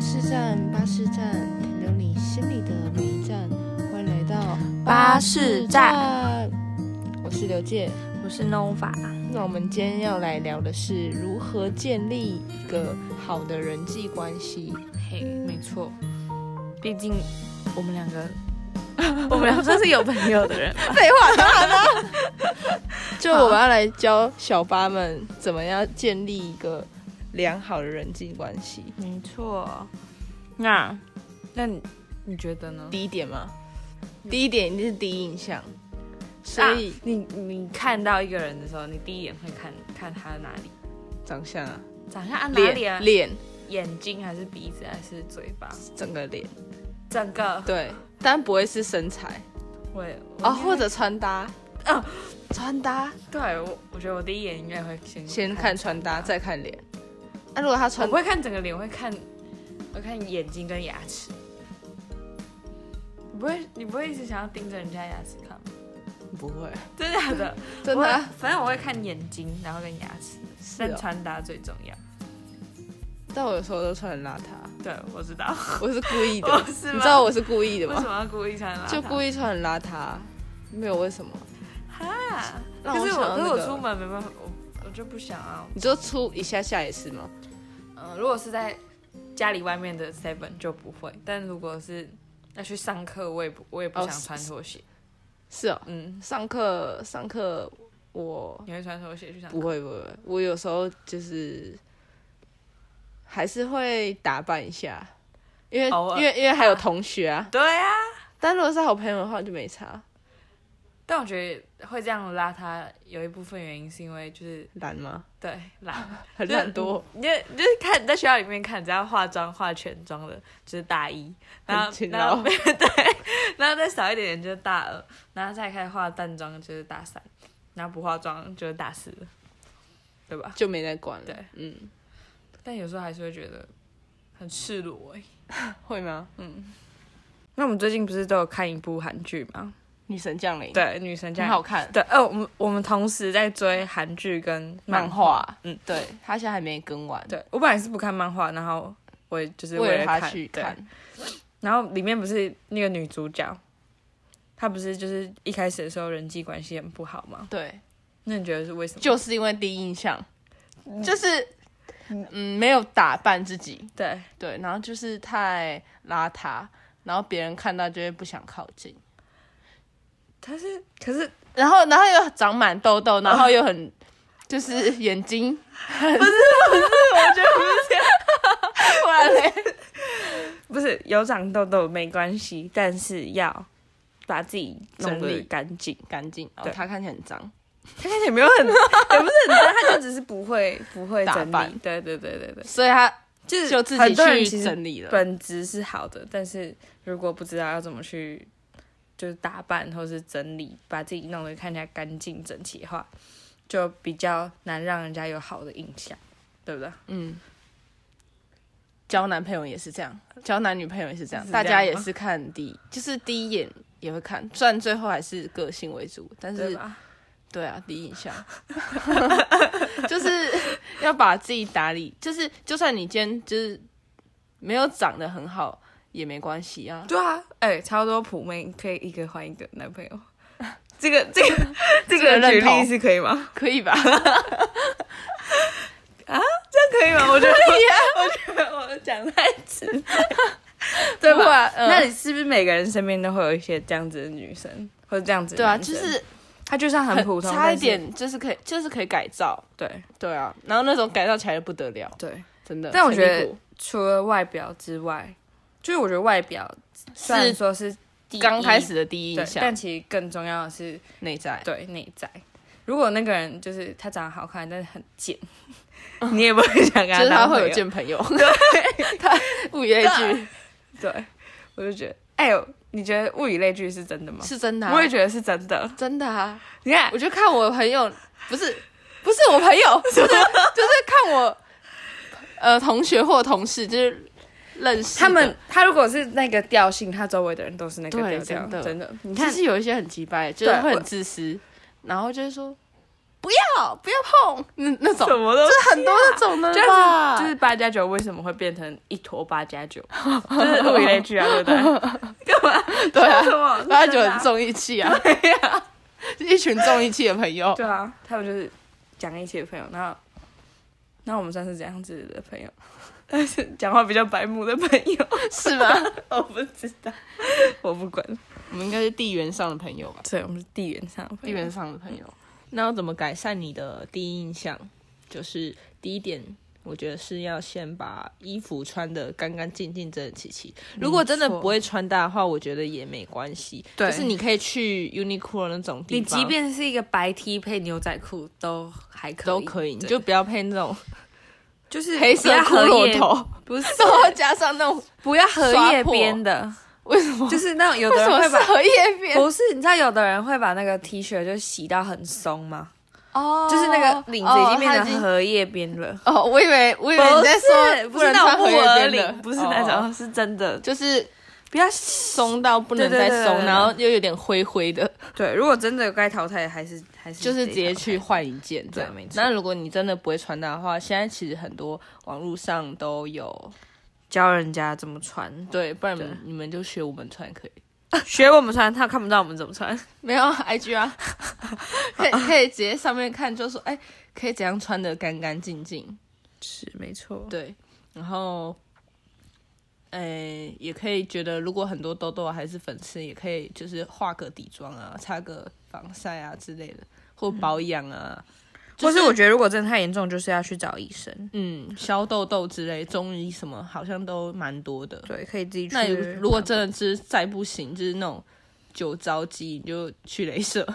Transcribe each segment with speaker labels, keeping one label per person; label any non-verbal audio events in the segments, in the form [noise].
Speaker 1: 士站，巴士站，停留你心里的每一站。欢迎来到
Speaker 2: 巴士站
Speaker 1: 巴士站，我是刘介。
Speaker 2: 我是 Nova。
Speaker 1: 那我们今天要来聊的是如何建立一个好的人际关系。
Speaker 2: 嘿，没错，毕竟我们两 [laughs] 个，我们两个算是有朋友的人吧。
Speaker 1: 废话，当然啦。就我们要来教小巴们怎么样建立一个良好的人际关系。
Speaker 2: [laughs] 没错。那，那你你觉得呢？
Speaker 1: 第一点嘛，第一点一定是第一印象，所
Speaker 2: 嗯啊
Speaker 1: 以
Speaker 2: 你你看到一个人的时候，你第一眼会看看他哪里？
Speaker 1: 长相啊，
Speaker 2: 长相啊，哪里啊
Speaker 1: 脸？脸
Speaker 2: 眼睛还是鼻子还是嘴巴？
Speaker 1: 整个脸，
Speaker 2: 整个
Speaker 1: 对，但不会是身材
Speaker 2: 我我哦
Speaker 1: 啊，
Speaker 2: 应该
Speaker 1: 或者穿搭，啊，穿搭
Speaker 2: 对我，我觉得我第一眼应该会先
Speaker 1: 先看穿搭，再看脸。那如果他
Speaker 2: 我
Speaker 1: 穿
Speaker 2: 不会看整个脸，我会看我看眼睛跟牙齿。你不会，你不会一直想要盯着人家牙齿看吗？
Speaker 1: 不会，
Speaker 2: [laughs] 真的假的？
Speaker 1: [laughs] 真
Speaker 2: 我
Speaker 1: 的
Speaker 2: 会
Speaker 1: 啊
Speaker 2: 反正我会看眼睛，然后跟牙齿，
Speaker 1: 是
Speaker 2: 但
Speaker 1: 哦，
Speaker 2: 穿搭最重要。
Speaker 1: 但我有时候都穿很邋遢，
Speaker 2: 对，我知道。
Speaker 1: 我是故意的
Speaker 2: 我，哦 [laughs] 是
Speaker 1: 哦
Speaker 2: 吗
Speaker 1: 你知道我是故意的
Speaker 2: 为什
Speaker 1: 吗？
Speaker 2: 么要故意穿邋遢？
Speaker 1: 就故
Speaker 2: 意
Speaker 1: 意穿很邋遢，没有为什么。
Speaker 2: 啊！
Speaker 1: 让我
Speaker 2: 可是
Speaker 1: 想
Speaker 2: 我，
Speaker 1: 到
Speaker 2: 可是
Speaker 1: 那
Speaker 2: 我
Speaker 1: 个
Speaker 2: 出门没办法，我我就不想啊。
Speaker 1: 你就出一下下也是吗？
Speaker 2: 嗯、如果是在家里外面的 Seven 就不会，但如果是要去上课，我也不我也不
Speaker 1: 哦
Speaker 2: 想
Speaker 1: 是
Speaker 2: 穿拖鞋。
Speaker 1: 是哦，
Speaker 2: 嗯，
Speaker 1: 上课上课我
Speaker 2: 你会穿拖鞋去上课？
Speaker 1: 不会不会，我有时候就是还是会打扮一下，因为
Speaker 2: 偶尔
Speaker 1: 因为因为还有同学啊。
Speaker 2: 对啊。
Speaker 1: 但如果是好朋友的话，就没差，
Speaker 2: 但我觉得会这样邋遢，有一部分原因是因为就是
Speaker 1: 懒吗？
Speaker 2: 对 [laughs] 懒，
Speaker 1: 很懒惰，
Speaker 2: 你就你就是看你在学校里面看，只要化妆化全妆的，就是大一，然后
Speaker 1: 很勤
Speaker 2: 然后。
Speaker 1: 劳
Speaker 2: [laughs] 然后再少一点点就是大二，然后再开始化淡妆就是大三，然后不化妆就是大四了，对吧？
Speaker 1: 就没在管了。
Speaker 2: 对，
Speaker 1: 嗯，
Speaker 2: 但有时候还是会觉得很赤裸哎、
Speaker 1: 会吗？
Speaker 2: 那我们最近不是都有看一部韩剧吗？
Speaker 1: 女神降临，，
Speaker 2: 对，女神
Speaker 1: 很
Speaker 2: 降
Speaker 1: 好
Speaker 2: 临。
Speaker 1: 看。
Speaker 2: 对，呃，我们我们同时在追韩剧跟
Speaker 1: 漫
Speaker 2: 画。
Speaker 1: 画，
Speaker 2: 嗯，
Speaker 1: 对，他现在还没更完，
Speaker 2: 对我本来是不看漫画，然后我也就是
Speaker 1: 为
Speaker 2: 了
Speaker 1: 了他
Speaker 2: 看
Speaker 1: 去
Speaker 2: 对
Speaker 1: 看，
Speaker 2: 然后里面不是那个女主角，她不是就是一开始的时候人际关系很不好吗？
Speaker 1: 对，
Speaker 2: 那你觉得是为什么？
Speaker 1: 就是因为第一印象，就是嗯，没有打扮自己，
Speaker 2: 对，
Speaker 1: 对，然后就是太邋遢，然后别人看到就会不想靠近。
Speaker 2: 她是可是
Speaker 1: 然后，然后又长满痘痘，然后又很，就是眼睛， [laughs] 不是不是，我觉得不是这样，不然嘞，
Speaker 2: 不是有长痘痘没关系，但是要把自己弄
Speaker 1: 整
Speaker 2: 得
Speaker 1: 理
Speaker 2: 干净。
Speaker 1: 干净哦，
Speaker 2: 对
Speaker 1: 他看起来很脏，
Speaker 2: 她看起来没有很 [laughs] 也不是很脏，她就只是不会不会
Speaker 1: 打
Speaker 2: 整理
Speaker 1: 扮。
Speaker 2: 对对对对对，
Speaker 1: 所以他
Speaker 2: 就是
Speaker 1: 就自
Speaker 2: 很
Speaker 1: 己
Speaker 2: 多人其
Speaker 1: 去
Speaker 2: 实
Speaker 1: 整理了。
Speaker 2: 本质是好的，但是如果不知道要怎么去就是打扮或是整理，把自己弄得看起来干净整齐的话，就比较难让人家有好的印象，对不对？
Speaker 1: 嗯，交男朋友也是这样，交男女朋友也是这样，
Speaker 2: 是这
Speaker 1: 大
Speaker 2: 样
Speaker 1: 家也
Speaker 2: 吗
Speaker 1: 是看第一，就是第一眼也会看，虽然最后还是个性为主，但
Speaker 2: 对
Speaker 1: 是
Speaker 2: 吧？
Speaker 1: 对啊，第一印象 [laughs] 就是要把自己打理，就是就算你今天就是没有长得很好也没关系啊。
Speaker 2: 对啊，哎、超多普妹可以一个换一个男朋友，这个这个这
Speaker 1: 这个
Speaker 2: 个
Speaker 1: 认
Speaker 2: 举
Speaker 1: 同
Speaker 2: 例是可以吗？
Speaker 1: 可以吧？
Speaker 2: 这样可以 [laughs] 吗？我觉得可以啊，我觉得我讲太直白， [laughs] 对吧？
Speaker 1: 吧？嗯
Speaker 2: 那你是不是每个人身边都会有一些这样子的女生，或者这样子
Speaker 1: [laughs]
Speaker 2: 的
Speaker 1: 对啊，
Speaker 2: 男
Speaker 1: 就
Speaker 2: 生
Speaker 1: 是
Speaker 2: 他就算很普通，
Speaker 1: 差一
Speaker 2: 但是
Speaker 1: 点就是可以，就是可以改造。
Speaker 2: 对
Speaker 1: 对啊，然后那种改造起来就不得了，
Speaker 2: 对。
Speaker 1: 真的。
Speaker 2: 但我觉
Speaker 1: 陈立
Speaker 2: 得
Speaker 1: 谷
Speaker 2: 除了外表之外，就是我觉得外表虽然
Speaker 1: 是
Speaker 2: 说是第一
Speaker 1: 刚开始的第一
Speaker 2: 对
Speaker 1: 印，象
Speaker 2: 但，其实更重要的是
Speaker 1: 内在
Speaker 2: 对内在。如果那个人就是他长得好看，但是很贱，你也不会想跟
Speaker 1: 哦就是
Speaker 2: 他
Speaker 1: 他
Speaker 2: 当朋
Speaker 1: 会
Speaker 2: 友。
Speaker 1: 有见朋
Speaker 2: [laughs]
Speaker 1: 友，对， [laughs] 他物以类聚
Speaker 2: 对，啊我就觉得，哎、呦，你觉得物以类聚是真的吗？哎
Speaker 1: 是真的啊，
Speaker 2: 我也觉得是真的。
Speaker 1: 真的啊。
Speaker 2: 你看
Speaker 1: 我，就看我朋友，不是不是我朋友，
Speaker 2: [laughs]
Speaker 1: 就是就是看我呃同学或同事，就是认识的
Speaker 2: 他们他如果是那个调性，他周围的人都是那个
Speaker 1: 对
Speaker 2: 调
Speaker 1: 真的
Speaker 2: 调，真的。你
Speaker 1: 就
Speaker 2: 看，
Speaker 1: 是有一些很鸡掰，就是会
Speaker 2: 我
Speaker 1: 很自私，然后就是说
Speaker 3: 不要不要碰，那那种
Speaker 2: 什么都
Speaker 3: 就是很多那种的
Speaker 2: 就是
Speaker 3: 吧，
Speaker 2: 就是八加九为什么会变成一坨八加
Speaker 3: [laughs]
Speaker 2: 九？就是物以类聚啊，对不对？干 [laughs] 嘛？
Speaker 3: 对啊
Speaker 2: 说什么？
Speaker 3: 八九
Speaker 2: 真的
Speaker 3: 很
Speaker 2: 啊
Speaker 3: 重义气啊，对呀、
Speaker 1: [laughs]
Speaker 3: 一群重义气的朋友，
Speaker 2: 对啊，他们就是讲一起的朋友，那那我们算是怎样子的朋友？ [laughs] 但是讲话比较白目的朋友， [laughs]
Speaker 3: 是吗？
Speaker 2: 我不知道，我不管。
Speaker 3: 我们应该是地缘上的朋友吧，
Speaker 2: 所以我们是地缘上的朋
Speaker 3: 地
Speaker 2: 友，
Speaker 3: 缘上的朋友，
Speaker 1: [laughs] 那要怎么改善你的第一印象？就是第一点，我觉得是要先把衣服穿的干干净净、整整齐齐。如果真的不会穿搭的话，我觉得也没关系，
Speaker 2: 对
Speaker 1: 就是你可以去 Uniqlo 那种地
Speaker 2: 你
Speaker 1: 方，
Speaker 2: 即便是一个白 T 配牛仔裤都还可以，
Speaker 1: 都可以，你
Speaker 2: 对
Speaker 1: 就不要配那种
Speaker 2: 就是
Speaker 3: 黑色骷髅，头，
Speaker 2: 不是 [laughs]
Speaker 3: 然后加上那
Speaker 1: [laughs]
Speaker 3: 种
Speaker 2: 不要荷叶边的， [laughs]
Speaker 3: 为什么？
Speaker 2: 就是那种有的
Speaker 3: [laughs] 为什
Speaker 2: 人
Speaker 3: 么
Speaker 2: 会
Speaker 3: 是
Speaker 2: 把。
Speaker 3: 荷叶边？
Speaker 1: [laughs]
Speaker 2: 不是，你知道有的人会把那个 T 恤就洗到很松吗？
Speaker 3: 哦
Speaker 2: 就是那个领子已经变
Speaker 3: 哦它已
Speaker 2: 成荷叶边了。
Speaker 3: 哦，我以为我以为你
Speaker 2: 不
Speaker 3: 在
Speaker 2: 是
Speaker 3: 说
Speaker 2: 不是
Speaker 3: 能
Speaker 2: 那
Speaker 3: 穿荷
Speaker 2: 种木
Speaker 3: 叶
Speaker 2: 耳
Speaker 3: 边的，
Speaker 2: 领，不是那
Speaker 3: 哦，
Speaker 2: 种，是真的。
Speaker 3: 就是
Speaker 2: 不要
Speaker 3: 松到不能
Speaker 2: 对
Speaker 3: 再
Speaker 2: 对对对
Speaker 3: 松，
Speaker 2: 对
Speaker 3: 然后又有点灰灰
Speaker 1: [laughs]
Speaker 3: 的，
Speaker 2: 对，如果真的该淘汰，还是还是
Speaker 1: 就是直接
Speaker 2: 淘汰
Speaker 1: 去换一件这
Speaker 2: 对
Speaker 1: 样
Speaker 2: 没。错
Speaker 1: 那如果你真的不会穿搭的话，现在其实很多网络上都有，
Speaker 2: 教人家怎么穿，
Speaker 1: 对，不然你
Speaker 2: 对
Speaker 1: 们你们就学我们穿可以。
Speaker 2: 学我们穿，他看不到我们怎么穿。
Speaker 1: 没有 IG 啊， [laughs] 可以可以直接上面看，就说哎、可以怎样穿的干干净净，
Speaker 2: 是没错，
Speaker 1: 对，然后，哎、也可以觉得如果很多痘痘还是粉刺，也可以就是画个底妆啊，擦个防晒啊之类的，或保养啊，就
Speaker 2: 或是我觉得如果真的太严重，就是要去找医生。
Speaker 1: 嗯消痘痘之类，中医什么好像都蛮多的。
Speaker 2: 对，可以自己去。
Speaker 1: 那你如果真的是再不行，就是那种酒糟肌，你就去镭射，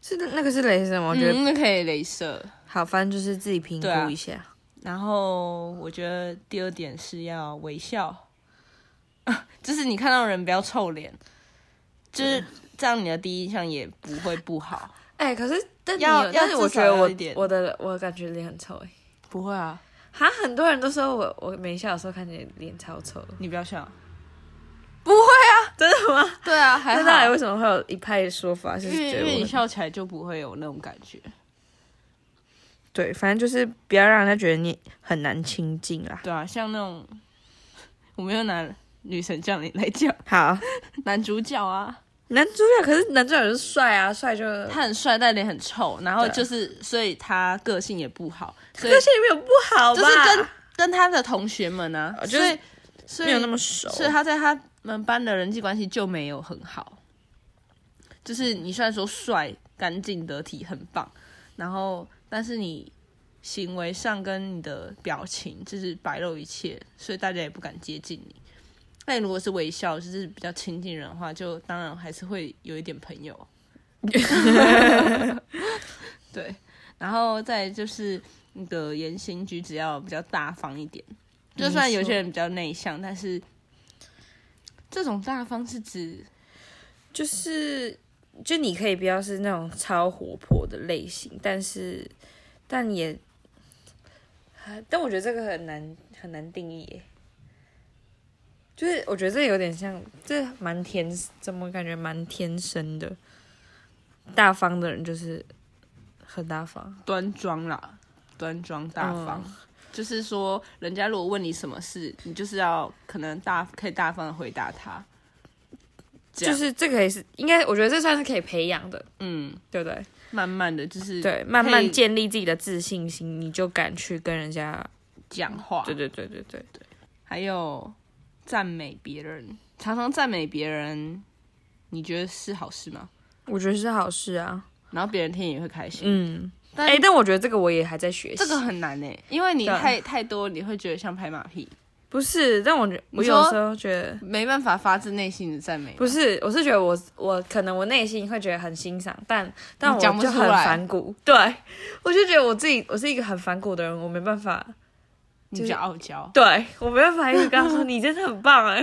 Speaker 2: 是那个是雷神，我觉得、
Speaker 1: 嗯，那可以镭射。
Speaker 2: 好，反正就是自己评
Speaker 1: 对啊
Speaker 2: 估一下。
Speaker 1: 然后我觉得第二点是要微笑， [laughs] 就是你看到人不要臭脸，就是这样你的第一印象也不会不好。
Speaker 2: 哎、可是但你有
Speaker 1: 要
Speaker 2: 但
Speaker 1: 要
Speaker 2: 是我
Speaker 1: 至
Speaker 2: 觉
Speaker 1: 少
Speaker 2: 得
Speaker 1: 要
Speaker 2: 我
Speaker 1: 一点
Speaker 2: 我的我感觉脸很臭哎、
Speaker 1: 不会啊，
Speaker 2: 哈，很多人都说我我没笑的时候看起来脸超臭的，
Speaker 1: 你不要笑。
Speaker 2: 真的吗？
Speaker 1: 对啊，还
Speaker 2: 那到底
Speaker 1: 好，
Speaker 2: 为什么会有一派说法是
Speaker 1: 因为
Speaker 2: 觉
Speaker 1: 因
Speaker 2: 得
Speaker 1: 为你
Speaker 2: 我很
Speaker 1: 笑起来就不会有那种感觉。
Speaker 2: 对，反正就是不要让人家觉得你很难亲近啦。
Speaker 1: 对啊，像那种，我们又拿女神降临来讲，
Speaker 2: 好，
Speaker 1: 男主角啊，
Speaker 2: 男主角可是男主角就是帅啊，帅就
Speaker 1: 他很帅，但脸很臭，然后
Speaker 2: 对
Speaker 1: 就是所以他个性也不好，所以
Speaker 2: 个性里面有不好吧？
Speaker 1: 就是跟跟他的同学们呢、啊，
Speaker 2: 哦就是
Speaker 1: 所以所以
Speaker 2: 没有那么熟，啊
Speaker 1: 所以他在他们班的人际关系就没有很好。就是你虽然说帅、干净、得体，很棒，然后但是你行为上跟你的表情就是摆露一切，所以大家也不敢接近你。但如果是微笑，就是比较亲近人的话，就当然还是会有一点朋友。
Speaker 2: [laughs]
Speaker 1: 对，然后再就是你的言行举止要比较大方一点。就算有些人比较内向，但是这种大方是指
Speaker 2: 就是就你可以不要是那种超活泼的类型，但是但也，啊但我觉得这个很难很难定义耶。就是我觉得这有点像，这蛮天，怎么感觉蛮天生的。大方的人就是很大方，
Speaker 1: 端庄啦，端庄大
Speaker 2: 嗯
Speaker 1: 方。就是说，人家如果问你什么事，你就是要可能大可以大方的回答他。这
Speaker 2: 就
Speaker 1: 样
Speaker 2: 是这个也是应该，我觉得这算是可以培养的，
Speaker 1: 嗯，
Speaker 2: 对不对？
Speaker 1: 慢慢的就是
Speaker 2: 对，慢慢
Speaker 1: 可以
Speaker 2: 建立自己的自信心，你就敢去跟人家，
Speaker 1: 讲话，
Speaker 2: 对对对对对。
Speaker 1: 还有赞美别人，常常赞美别人，你觉得是好事吗？
Speaker 2: 我觉得是好事啊。
Speaker 1: 然后别人听也会开心。
Speaker 2: 嗯，
Speaker 1: 但
Speaker 2: 哎、但我觉得这个我也还在学习。
Speaker 1: 这个很难诶、欸因为你
Speaker 2: 对啊
Speaker 1: 太太多，你会觉得像拍马屁。
Speaker 2: 不是，但我觉我
Speaker 1: 你说
Speaker 2: 有时候觉得
Speaker 1: 没办法发自内心的赞美吗，
Speaker 2: 不是，我是觉得我我可能我内心会觉得很欣赏，但但我
Speaker 1: 你讲不
Speaker 2: 就
Speaker 1: 出
Speaker 2: 很
Speaker 1: 来
Speaker 2: 反骨。对，我就觉得我自己我是一个很反骨的人，我没办法，
Speaker 1: 你比较傲娇，
Speaker 2: 对我没办法一直跟
Speaker 1: [laughs]
Speaker 2: 他说你真的很棒哎、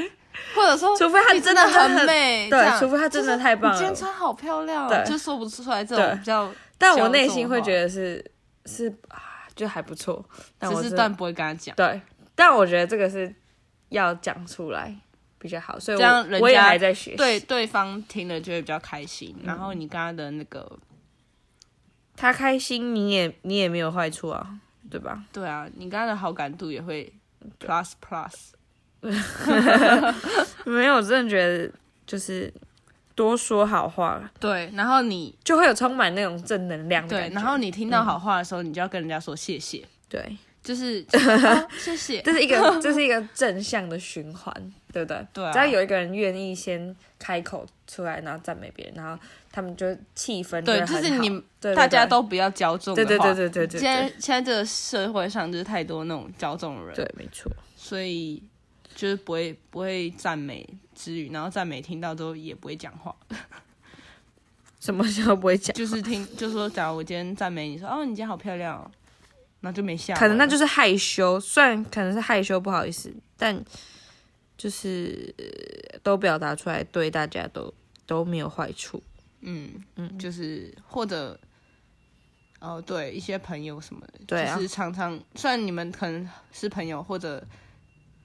Speaker 1: 或者说
Speaker 2: 除非他
Speaker 1: 你真
Speaker 2: 的
Speaker 1: 很，美，这
Speaker 2: 对，
Speaker 1: 样
Speaker 2: 除非他真的太棒
Speaker 1: 你今天
Speaker 2: 了。
Speaker 1: 穿好漂亮哦，
Speaker 2: 对
Speaker 1: 就说不出来这
Speaker 2: 对
Speaker 1: 种比较，
Speaker 2: 但我内心会觉得是是啊，就还不错。但我
Speaker 1: 只是但不会跟他讲，
Speaker 2: 对，但我觉得这个是要讲出来比较好，所以我
Speaker 1: 这样人家
Speaker 2: 我也还在学习。嗯
Speaker 1: 对对方听了就会比较开心，然后你跟他的那个
Speaker 2: 他开心，你也你也没有坏处啊，对吧？
Speaker 1: 对啊，你跟他的好感度也会 plus plus。
Speaker 2: 没有，我真的觉得就是多说好话，
Speaker 1: 对，然后你
Speaker 2: 就会有充满那种正能量的
Speaker 1: 对
Speaker 2: 感，觉。嗯
Speaker 1: 然后你听到好话的时候，你就要跟人家说谢谢，
Speaker 2: 对， [laughs]
Speaker 1: 就是、啊谢谢。
Speaker 2: 这是
Speaker 1: [laughs]
Speaker 2: 一个这是一个正向的循环，对不对？
Speaker 1: 对啊
Speaker 2: 只要有一个人愿意先开口出来，然后赞美别人，然后他们就气氛
Speaker 1: 对，
Speaker 2: 会
Speaker 1: 就
Speaker 2: 很
Speaker 1: 是
Speaker 2: 好
Speaker 1: 你
Speaker 2: 对对
Speaker 1: 大家
Speaker 2: 对
Speaker 1: 都不要骄纵的
Speaker 2: 对
Speaker 1: 话。
Speaker 2: 对对对对对
Speaker 1: 现在
Speaker 2: 对
Speaker 1: 现在这个社会上就是太多那种骄纵的人，
Speaker 2: 对，没错。
Speaker 1: 所以就是不会不会赞美之余，然后赞美听到之后也不会讲话，
Speaker 2: 什么时候不会讲？
Speaker 1: 就是听就说，假如我今天赞美你说哦你今天好漂亮哦，然后就没下文了，
Speaker 2: 可能那就是害羞，虽然可能是害羞不好意思，但就是呃都表达出来，对大家都都没有坏处。
Speaker 1: 嗯嗯，就是或者。哦，对，一些朋友什么的，
Speaker 2: 对啊
Speaker 1: 就是常常虽然你们可能是朋友或者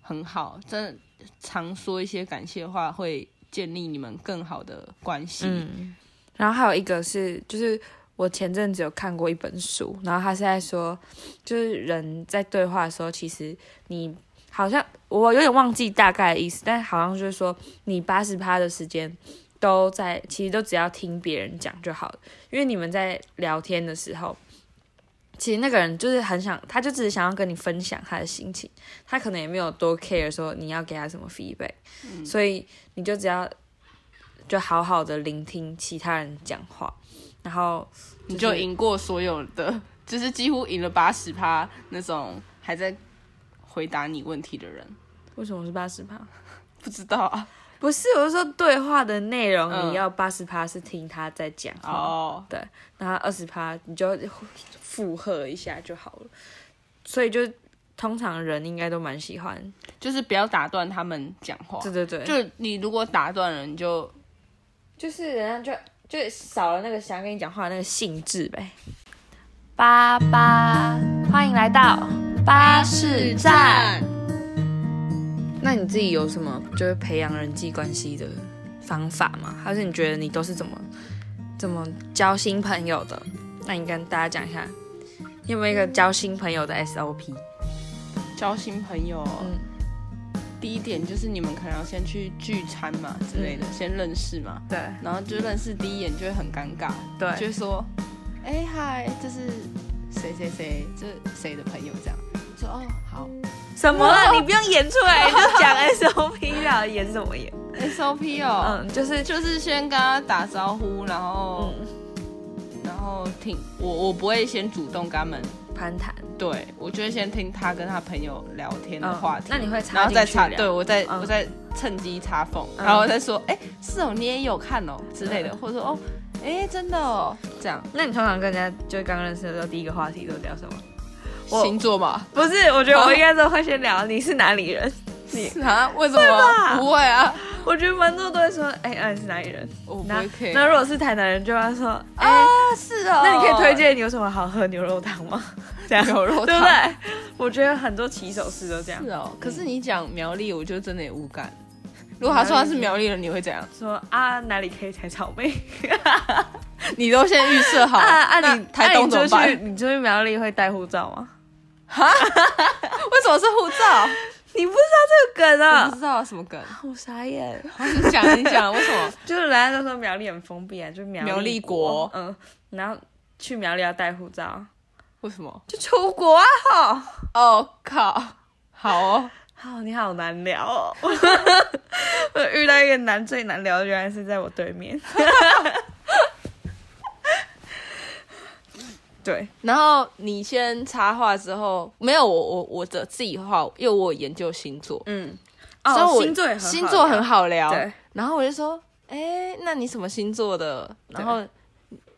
Speaker 1: 很好，真的常说一些感谢话，会建立你们更好的关系。
Speaker 2: 嗯，然后还有一个是，就是我前阵子有看过一本书，然后他是在说，就是人在对话的时候，其实你好像我有点忘记大概的意思，但好像就是说你八十趴的时间都在，其实都只要听别人讲就好了，因为你们在聊天的时候。其实那个人就是很想，他就只是想要跟你分享他的心情，他可能也没有多 care 说你要给他什么 feedback，、所以你就只要就好好的聆听其他人讲话，然后
Speaker 1: 你就是赢过所有的， [laughs] 就是几乎赢了八十趴那种还在回答你问题的人。
Speaker 2: 为什么是八十趴？
Speaker 1: 不知道啊，
Speaker 2: 不是，我是说对话的内容，
Speaker 1: 嗯
Speaker 2: 你要八十趴是听他在讲话，
Speaker 1: 哦，
Speaker 2: 然后二十趴你就附和一下就好了。所以就通常人应该都蛮喜欢，
Speaker 1: 就是不要打断他们讲话。
Speaker 2: 对对对，
Speaker 1: 就你如果打断了，你就
Speaker 2: 就是人家就就少了那个想跟你讲话的那个兴致呗。八八，欢迎来到巴士站。那你自己有什么就是培养人际关系的方法吗？还是你觉得你都是怎么怎么交新朋友的？那你跟大家讲一下，你有没有一个交新朋友的 SOP？
Speaker 1: 交新朋友哦、
Speaker 2: 嗯
Speaker 1: 第一点就是你们可能要先去聚餐嘛
Speaker 2: 嗯
Speaker 1: 之类的，先认识嘛，
Speaker 2: 对
Speaker 1: 然后就认识第一眼就会很尴尬，就
Speaker 2: 对，
Speaker 1: 会说，哎、嗨，这是谁谁谁，这是谁的朋友这样，说哦好
Speaker 2: 什么啦？你不用演出欸来，你就讲 SOP 啦，演什么演？
Speaker 1: SOP 哦，
Speaker 2: 嗯，就是
Speaker 1: 就是先跟他打招呼，然后、
Speaker 2: 嗯，
Speaker 1: 然后听我我不会先主动跟他们，
Speaker 2: 攀谈。
Speaker 1: 对我就会先听他跟他朋友聊天的话题，
Speaker 2: 嗯那你会插
Speaker 1: 然后再
Speaker 2: 进去
Speaker 1: 插，
Speaker 2: 聊
Speaker 1: 对我再、
Speaker 2: 嗯
Speaker 1: 我再趁机插缝，
Speaker 2: 嗯
Speaker 1: 然后再说，哎、是哦，你也有看哦之类的，
Speaker 2: 嗯
Speaker 1: 或者说哦，哎、真的哦，这样
Speaker 2: 那你通常跟人家就是刚认识的时候，第一个话题都聊什么？哦我
Speaker 1: 星座 [laughs] 嘛，
Speaker 2: 不是，我觉得我应该都会先聊你是哪里人。你
Speaker 1: 啊，为什么 [laughs]
Speaker 2: 吧
Speaker 1: 不会啊？
Speaker 2: 我觉得蛮多都会说，哎、啊你是哪里人？
Speaker 1: 我不
Speaker 2: 那
Speaker 1: 会 care
Speaker 2: 那如果是台南人，就要说，哎、
Speaker 1: 啊，是哦，
Speaker 2: 那你可以推荐你有什么好喝牛肉
Speaker 1: [laughs]
Speaker 2: 汤吗？这样
Speaker 1: 牛肉汤
Speaker 2: 对不对？我觉得很多骑手式都这样
Speaker 1: 是哦，可是你讲苗栗，我就真的也无感。如果他说他是苗栗人，你会怎样？
Speaker 2: 说啊，哪里可以采草
Speaker 1: [laughs]
Speaker 2: 莓？
Speaker 1: 你都先预设好
Speaker 2: 啊啊，
Speaker 1: 哦那
Speaker 2: 你
Speaker 1: 台
Speaker 2: 啊
Speaker 1: 东
Speaker 2: 你
Speaker 1: 怎么
Speaker 2: 出
Speaker 1: 办？
Speaker 2: 去你出去苗栗会带护照吗？
Speaker 1: 为什么是护 [laughs] 照？
Speaker 2: 你不知道这个梗
Speaker 1: 我不
Speaker 2: 啊
Speaker 1: 知？道什么梗。
Speaker 2: 我傻眼，
Speaker 1: 你讲，你讲，为什么？
Speaker 2: 就是人家都说苗栗很封闭啊，就是苗
Speaker 1: 苗栗
Speaker 2: 栗
Speaker 1: 国
Speaker 2: 嗯，然后去苗栗要带护照，
Speaker 1: [laughs] 为什么？
Speaker 2: 就出国啊！吼
Speaker 1: 哦靠！好哦，
Speaker 2: 好，你好难
Speaker 1: [laughs]
Speaker 2: 聊哦。我遇到一个难最难聊的，原来是在我对面。 [laughs] 对，
Speaker 1: 然后你先插话之后，没有我我我的自己话，因为我有研究星座，
Speaker 2: 嗯，
Speaker 1: 所以
Speaker 2: 哦，
Speaker 1: 我
Speaker 2: 星座也很好
Speaker 1: 星座很
Speaker 2: 聊，
Speaker 1: 好聊。
Speaker 2: 对，
Speaker 1: 然后我就说，哎，那你什么星座的？
Speaker 2: 对
Speaker 1: 然后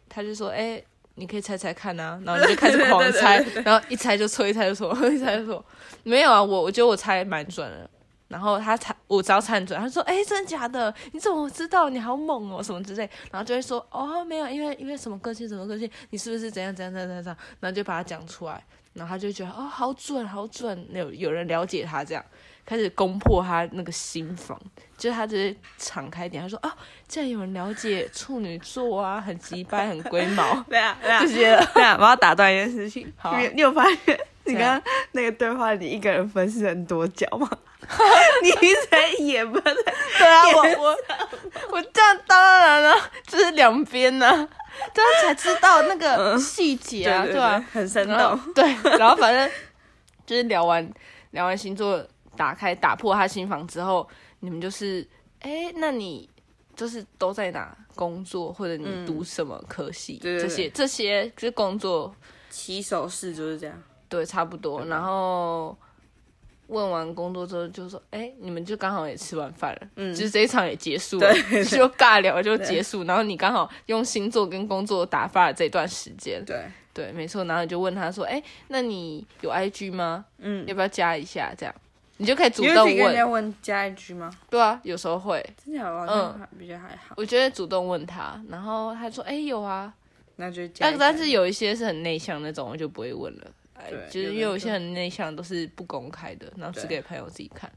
Speaker 1: 他就说，哎，你可以猜猜看啊。然后你就开始狂猜
Speaker 2: [laughs] 对对对对，
Speaker 1: 然后一猜就错， [laughs] 一猜就错，一猜就错。没有啊，我我觉得我猜蛮准的。然后他猜，我只要猜很准，他就说，哎，真的假的？你怎么知道？你好猛哦，什么之类。然后就会说，哦，没有，因为因为什么个性，什么个性，你是不是怎样怎样怎样怎样怎样？然后就把它讲出来，然后他就觉得，哦，好准，好准，有有人了解他这样。开始攻破他那个心房，就是他直接敞开一点，他说：“哦，竟然有人了解处女座啊，很鸡掰，很龟 [laughs] 毛
Speaker 2: 对啊，对啊
Speaker 1: 这，些了。
Speaker 2: 对啊，我要打断一件事情。
Speaker 1: 好啊
Speaker 2: 你你有发现你
Speaker 1: 怎
Speaker 2: 刚
Speaker 1: 样
Speaker 2: 刚那个对话，你一个人分饰很多角
Speaker 1: [laughs]
Speaker 2: 吗？你一直在演不是？”
Speaker 1: 对啊，我我我这样当然了，就是两边呢、 [laughs] 这样才知道那个细节啊，
Speaker 2: 对
Speaker 1: 对吧、
Speaker 2: 很生
Speaker 1: 然
Speaker 2: 动
Speaker 1: 后。对，
Speaker 2: [laughs]
Speaker 1: 然后反正就是聊完聊完星座，打开打破他心房之后，你们就是哎，那你就是都在哪工作，或者你
Speaker 2: 嗯
Speaker 1: 读什么科系？
Speaker 2: 对对
Speaker 1: 这
Speaker 2: 对
Speaker 1: 些这些就是工作
Speaker 2: 起手式就是这样。
Speaker 1: 对差不多。
Speaker 2: 嗯
Speaker 1: 然后问完工作之后就说，哎，你们就刚好也吃完饭了，
Speaker 2: 嗯
Speaker 1: 就是这一场也结束了，
Speaker 2: 对
Speaker 1: [laughs]
Speaker 2: 对
Speaker 1: 就尬聊就结
Speaker 2: [laughs]
Speaker 1: 束。然后你刚好用星座跟工作打发了这段时间，
Speaker 2: 对，
Speaker 1: 对，没错。然后你就问他说：“哎、那你有 IG 吗？
Speaker 2: 嗯，
Speaker 1: 要不要加一下？”这样你就可以主
Speaker 2: 你会
Speaker 1: 动
Speaker 2: 自己跟人家
Speaker 1: 问。
Speaker 2: 问加一句吗？
Speaker 1: 对啊，有时候会，
Speaker 2: 真的好
Speaker 1: 嗯
Speaker 2: 像还比较还好，
Speaker 1: 我觉得主动问他，然后他说：“哎、有啊。
Speaker 2: 那就”加
Speaker 1: 但
Speaker 2: 一下。
Speaker 1: 但是有一些是很内向那种，我就不会问了。哎
Speaker 2: 对
Speaker 1: 就是
Speaker 2: 有的
Speaker 1: 因为有一
Speaker 2: 就
Speaker 1: 些很内向都是不公开的，然后只
Speaker 2: 对
Speaker 1: 给朋友自己看。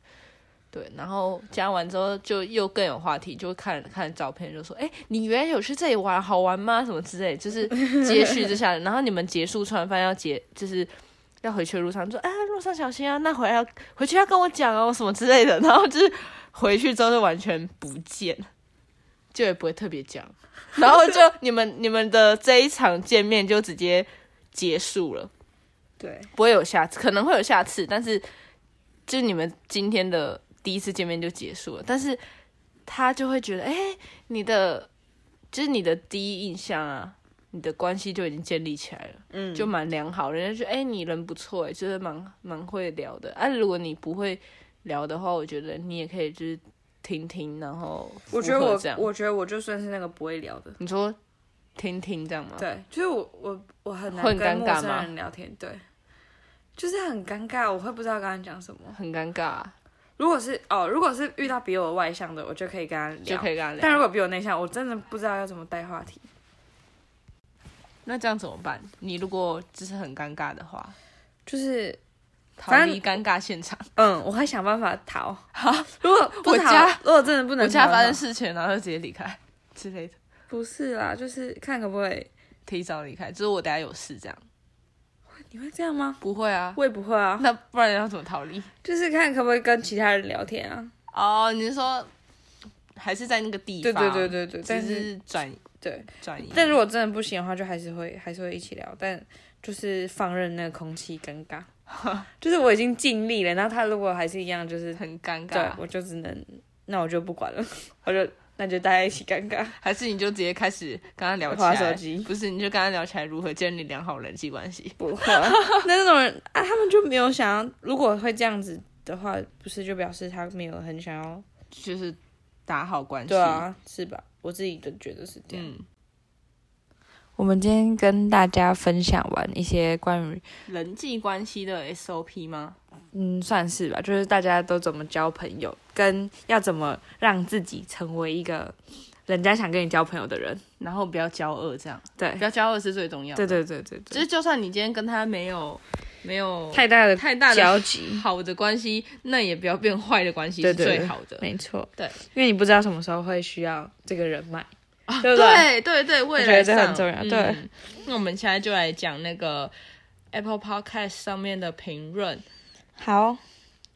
Speaker 1: 对，然后加完之后就又更有话题，就会看看照片，就说：“哎、你原来有去这里玩，好玩吗？什么之类。”就是接续之下， [laughs] 然后你们结束吃完饭要结，就是要回去的路上，就说：“啊，路上小心啊！那回来要回去要跟我讲哦，什么之类的。”然后就是回去之后就完全不见，就也不会特别讲。 [laughs] 然后就你们你们的这一场见面就直接结束了，
Speaker 2: 对，
Speaker 1: 不会有下次，可能会有下次，但是就是你们今天的第一次见面就结束了。但是他就会觉得，哎、你的就是你的第一印象啊，你的关系就已经建立起来了。
Speaker 2: 嗯，
Speaker 1: 就蛮良好，人家觉得哎、你人不错哎，就是蛮蛮会聊的。啊，如果你不会聊的话，我觉得你也可以就是听听，然后
Speaker 2: 我觉得
Speaker 1: 附和
Speaker 2: 我
Speaker 1: 这样，
Speaker 2: 我觉得我就算是那个不会聊的，
Speaker 1: 你说听听这样吗？
Speaker 2: 对，就是我我我很难
Speaker 1: 嗯会很
Speaker 2: 跟
Speaker 1: 尴
Speaker 2: 陌
Speaker 1: 尬
Speaker 2: 生
Speaker 1: 吗
Speaker 2: 人聊天，对，就是很尴尬，我会不知道跟他讲什么。
Speaker 1: 很尴尬啊、
Speaker 2: 如果是哦，如果是遇到比我外向的，我就可以跟他
Speaker 1: 就
Speaker 2: 聊。
Speaker 1: 可以跟他
Speaker 2: 但如
Speaker 1: 聊。
Speaker 2: 果比我内向，我真的不知道要怎么带话题。
Speaker 1: 那这样怎么办？你如果就是很尴尬的话，
Speaker 2: 就是，
Speaker 1: 逃
Speaker 2: 反正
Speaker 1: 离尴尬现场。
Speaker 2: 嗯，我会想办法逃。 [laughs] 如果不
Speaker 1: 我
Speaker 2: 逃
Speaker 1: 家，
Speaker 2: 如果真的不能
Speaker 1: 我
Speaker 2: 逃
Speaker 1: 家
Speaker 2: 的
Speaker 1: 发
Speaker 2: 话
Speaker 1: 生事情，然后就直接离开之类的，
Speaker 2: 不是啦，就是看可不可以。
Speaker 1: 提早离开。就是我等下有事这样，
Speaker 2: 你会这样吗？
Speaker 1: 不会啊。
Speaker 2: 我也不会啊，
Speaker 1: 那不然要怎么逃离？
Speaker 2: 就是看可不可以跟其他人聊天啊。
Speaker 1: 哦，你是说还是在那个地
Speaker 2: 对
Speaker 1: 方？
Speaker 2: 对对对对，但
Speaker 1: 但
Speaker 2: 是
Speaker 1: 是转
Speaker 2: 对，
Speaker 1: 转移。
Speaker 2: 但如果真的不行的话，就还是会还是会一起聊，但就是放任那个空气尴 [laughs] 尬。就是我已经尽力了，然后他如果还是一样，就是
Speaker 1: 很尴
Speaker 2: 对
Speaker 1: 尬，
Speaker 2: 我就只能，那我就不管了， [laughs] 我就那就大家一起尴尬。
Speaker 1: 还是你就直接开始跟他聊起
Speaker 2: 划
Speaker 1: 来？
Speaker 2: 手机
Speaker 1: 不是，你就跟他聊起来如何建立良好人际关系。
Speaker 2: 不会，啊 [laughs] 那那种人啊，他们就没有想要，如果会这样子的话，不是就表示他没有很想要？
Speaker 1: 就是打好关系。
Speaker 2: 对，啊，是吧？我自己都觉得是这样。
Speaker 1: 嗯，
Speaker 2: 我们今天跟大家分享完一些关于，
Speaker 1: 人际关系的 SOP 吗？
Speaker 2: 嗯，算是吧，就是大家都怎么交朋友，跟要怎么让自己成为一个人家想跟你交朋友的人。
Speaker 1: 然后不要骄傲，这样
Speaker 2: 对
Speaker 1: 不，要骄傲是最重要的。
Speaker 2: 对，对对对
Speaker 1: 就
Speaker 2: 对，
Speaker 1: 是就算你今天跟他没有没有
Speaker 2: 太大的
Speaker 1: 太大
Speaker 2: 交
Speaker 1: 的
Speaker 2: 集，
Speaker 1: 好的关系，那也不要变坏的关系
Speaker 2: 对
Speaker 1: 是
Speaker 2: 对对
Speaker 1: 最好的。
Speaker 2: 没错，
Speaker 1: 对，
Speaker 2: 因为你不知道什么时候会需要这个人脉，
Speaker 1: 啊
Speaker 2: 对不
Speaker 1: 对对对，未来
Speaker 2: 我觉得这
Speaker 1: 上
Speaker 2: 很重要
Speaker 1: 嗯
Speaker 2: 对
Speaker 1: 那我们现在就来讲那个 Apple Podcast 上面的评论。
Speaker 2: 好，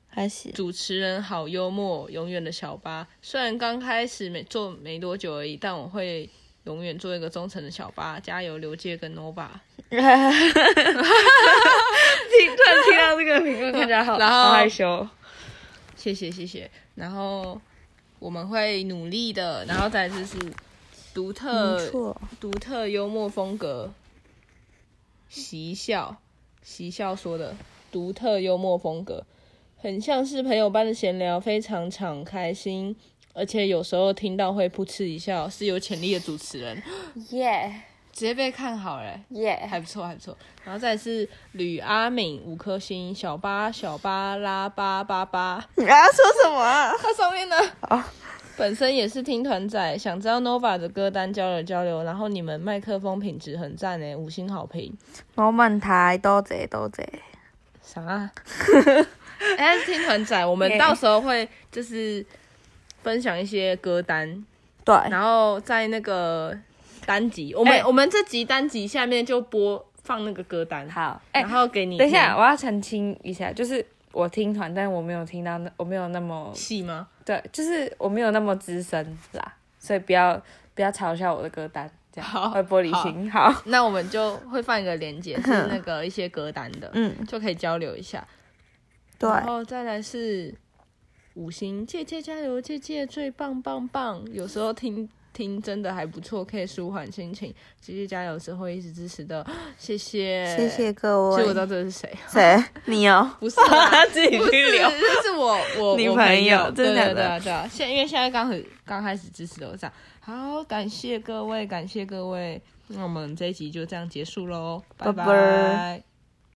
Speaker 2: 还行。
Speaker 1: 主持人好幽默，永远的小八。虽然刚开始没做没多久而已，但我会永远做一个忠诚的小八。加油，刘介跟 Nova。
Speaker 2: 听突然听到这个评论，看起来 [laughs] 好
Speaker 1: 然后
Speaker 2: 好害羞。
Speaker 1: 谢谢谢谢。然后我们会努力的，然后再来就是独特
Speaker 2: 错，
Speaker 1: 独特幽默风格，习笑，习笑说的独特幽默风格，很像是朋友般的闲聊，非常敞开心，而且有时候听到会噗嗤一笑，是有潜力的主持人，
Speaker 2: 耶
Speaker 1: 直接被看好了，
Speaker 2: 耶，
Speaker 1: 还不错还不错。然后再来是吕阿敏五颗星，小八小八拉八八八。
Speaker 2: 你刚刚啊说什么啊？哦
Speaker 1: 它上面呢？本身也是听团仔，想知道 Nova 的歌单交流交流，然后你们麦克风品质很赞欸诶，五星好评。
Speaker 2: [laughs] 我问台多谢多谢，
Speaker 1: 啥啊？哎，听团仔，我们到时候会就是分享一些歌单，
Speaker 2: 对，
Speaker 1: 然后在那个单集，我们、
Speaker 2: 哎
Speaker 1: 我们这集单集下面就播放那个歌单，
Speaker 2: 好，哎、
Speaker 1: 然后给你。
Speaker 2: 等一下，，我要澄清一下，就是我听团，但我没有听到那，我没有那么
Speaker 1: 戏吗？
Speaker 2: 对，就是我没有那么资深啦，所以不要不要嘲笑我的歌单，这
Speaker 1: 好
Speaker 2: 样会玻璃心。好，
Speaker 1: 那我们就会放一个连 [laughs] 接，是那个一些歌单的，
Speaker 2: 嗯，
Speaker 1: 就可以交流一下。
Speaker 2: 对
Speaker 1: 然后再来是五星，借借加油，借借最棒棒棒。有时候听听真的还不错，可以舒缓心情。借借加油是会一直支持的，谢谢，
Speaker 4: 谢。谢各
Speaker 1: 其
Speaker 4: 位。
Speaker 1: 实我知道这是谁，
Speaker 4: 谁？ [laughs] 你哦？
Speaker 1: 不是啊 [laughs] 啦
Speaker 2: 自己
Speaker 1: 不是，
Speaker 2: 去聊。
Speaker 1: 这是我我
Speaker 4: [laughs] 女
Speaker 1: 我
Speaker 4: 朋友
Speaker 1: 友，对
Speaker 4: 真
Speaker 1: 对
Speaker 4: 的
Speaker 1: 对
Speaker 4: 假
Speaker 1: 啊对啊！现因为现在刚很刚开始支持的，我这样好，感谢各位，感谢各位。那我们这一集就这样结束喽，拜
Speaker 4: 拜
Speaker 1: 拜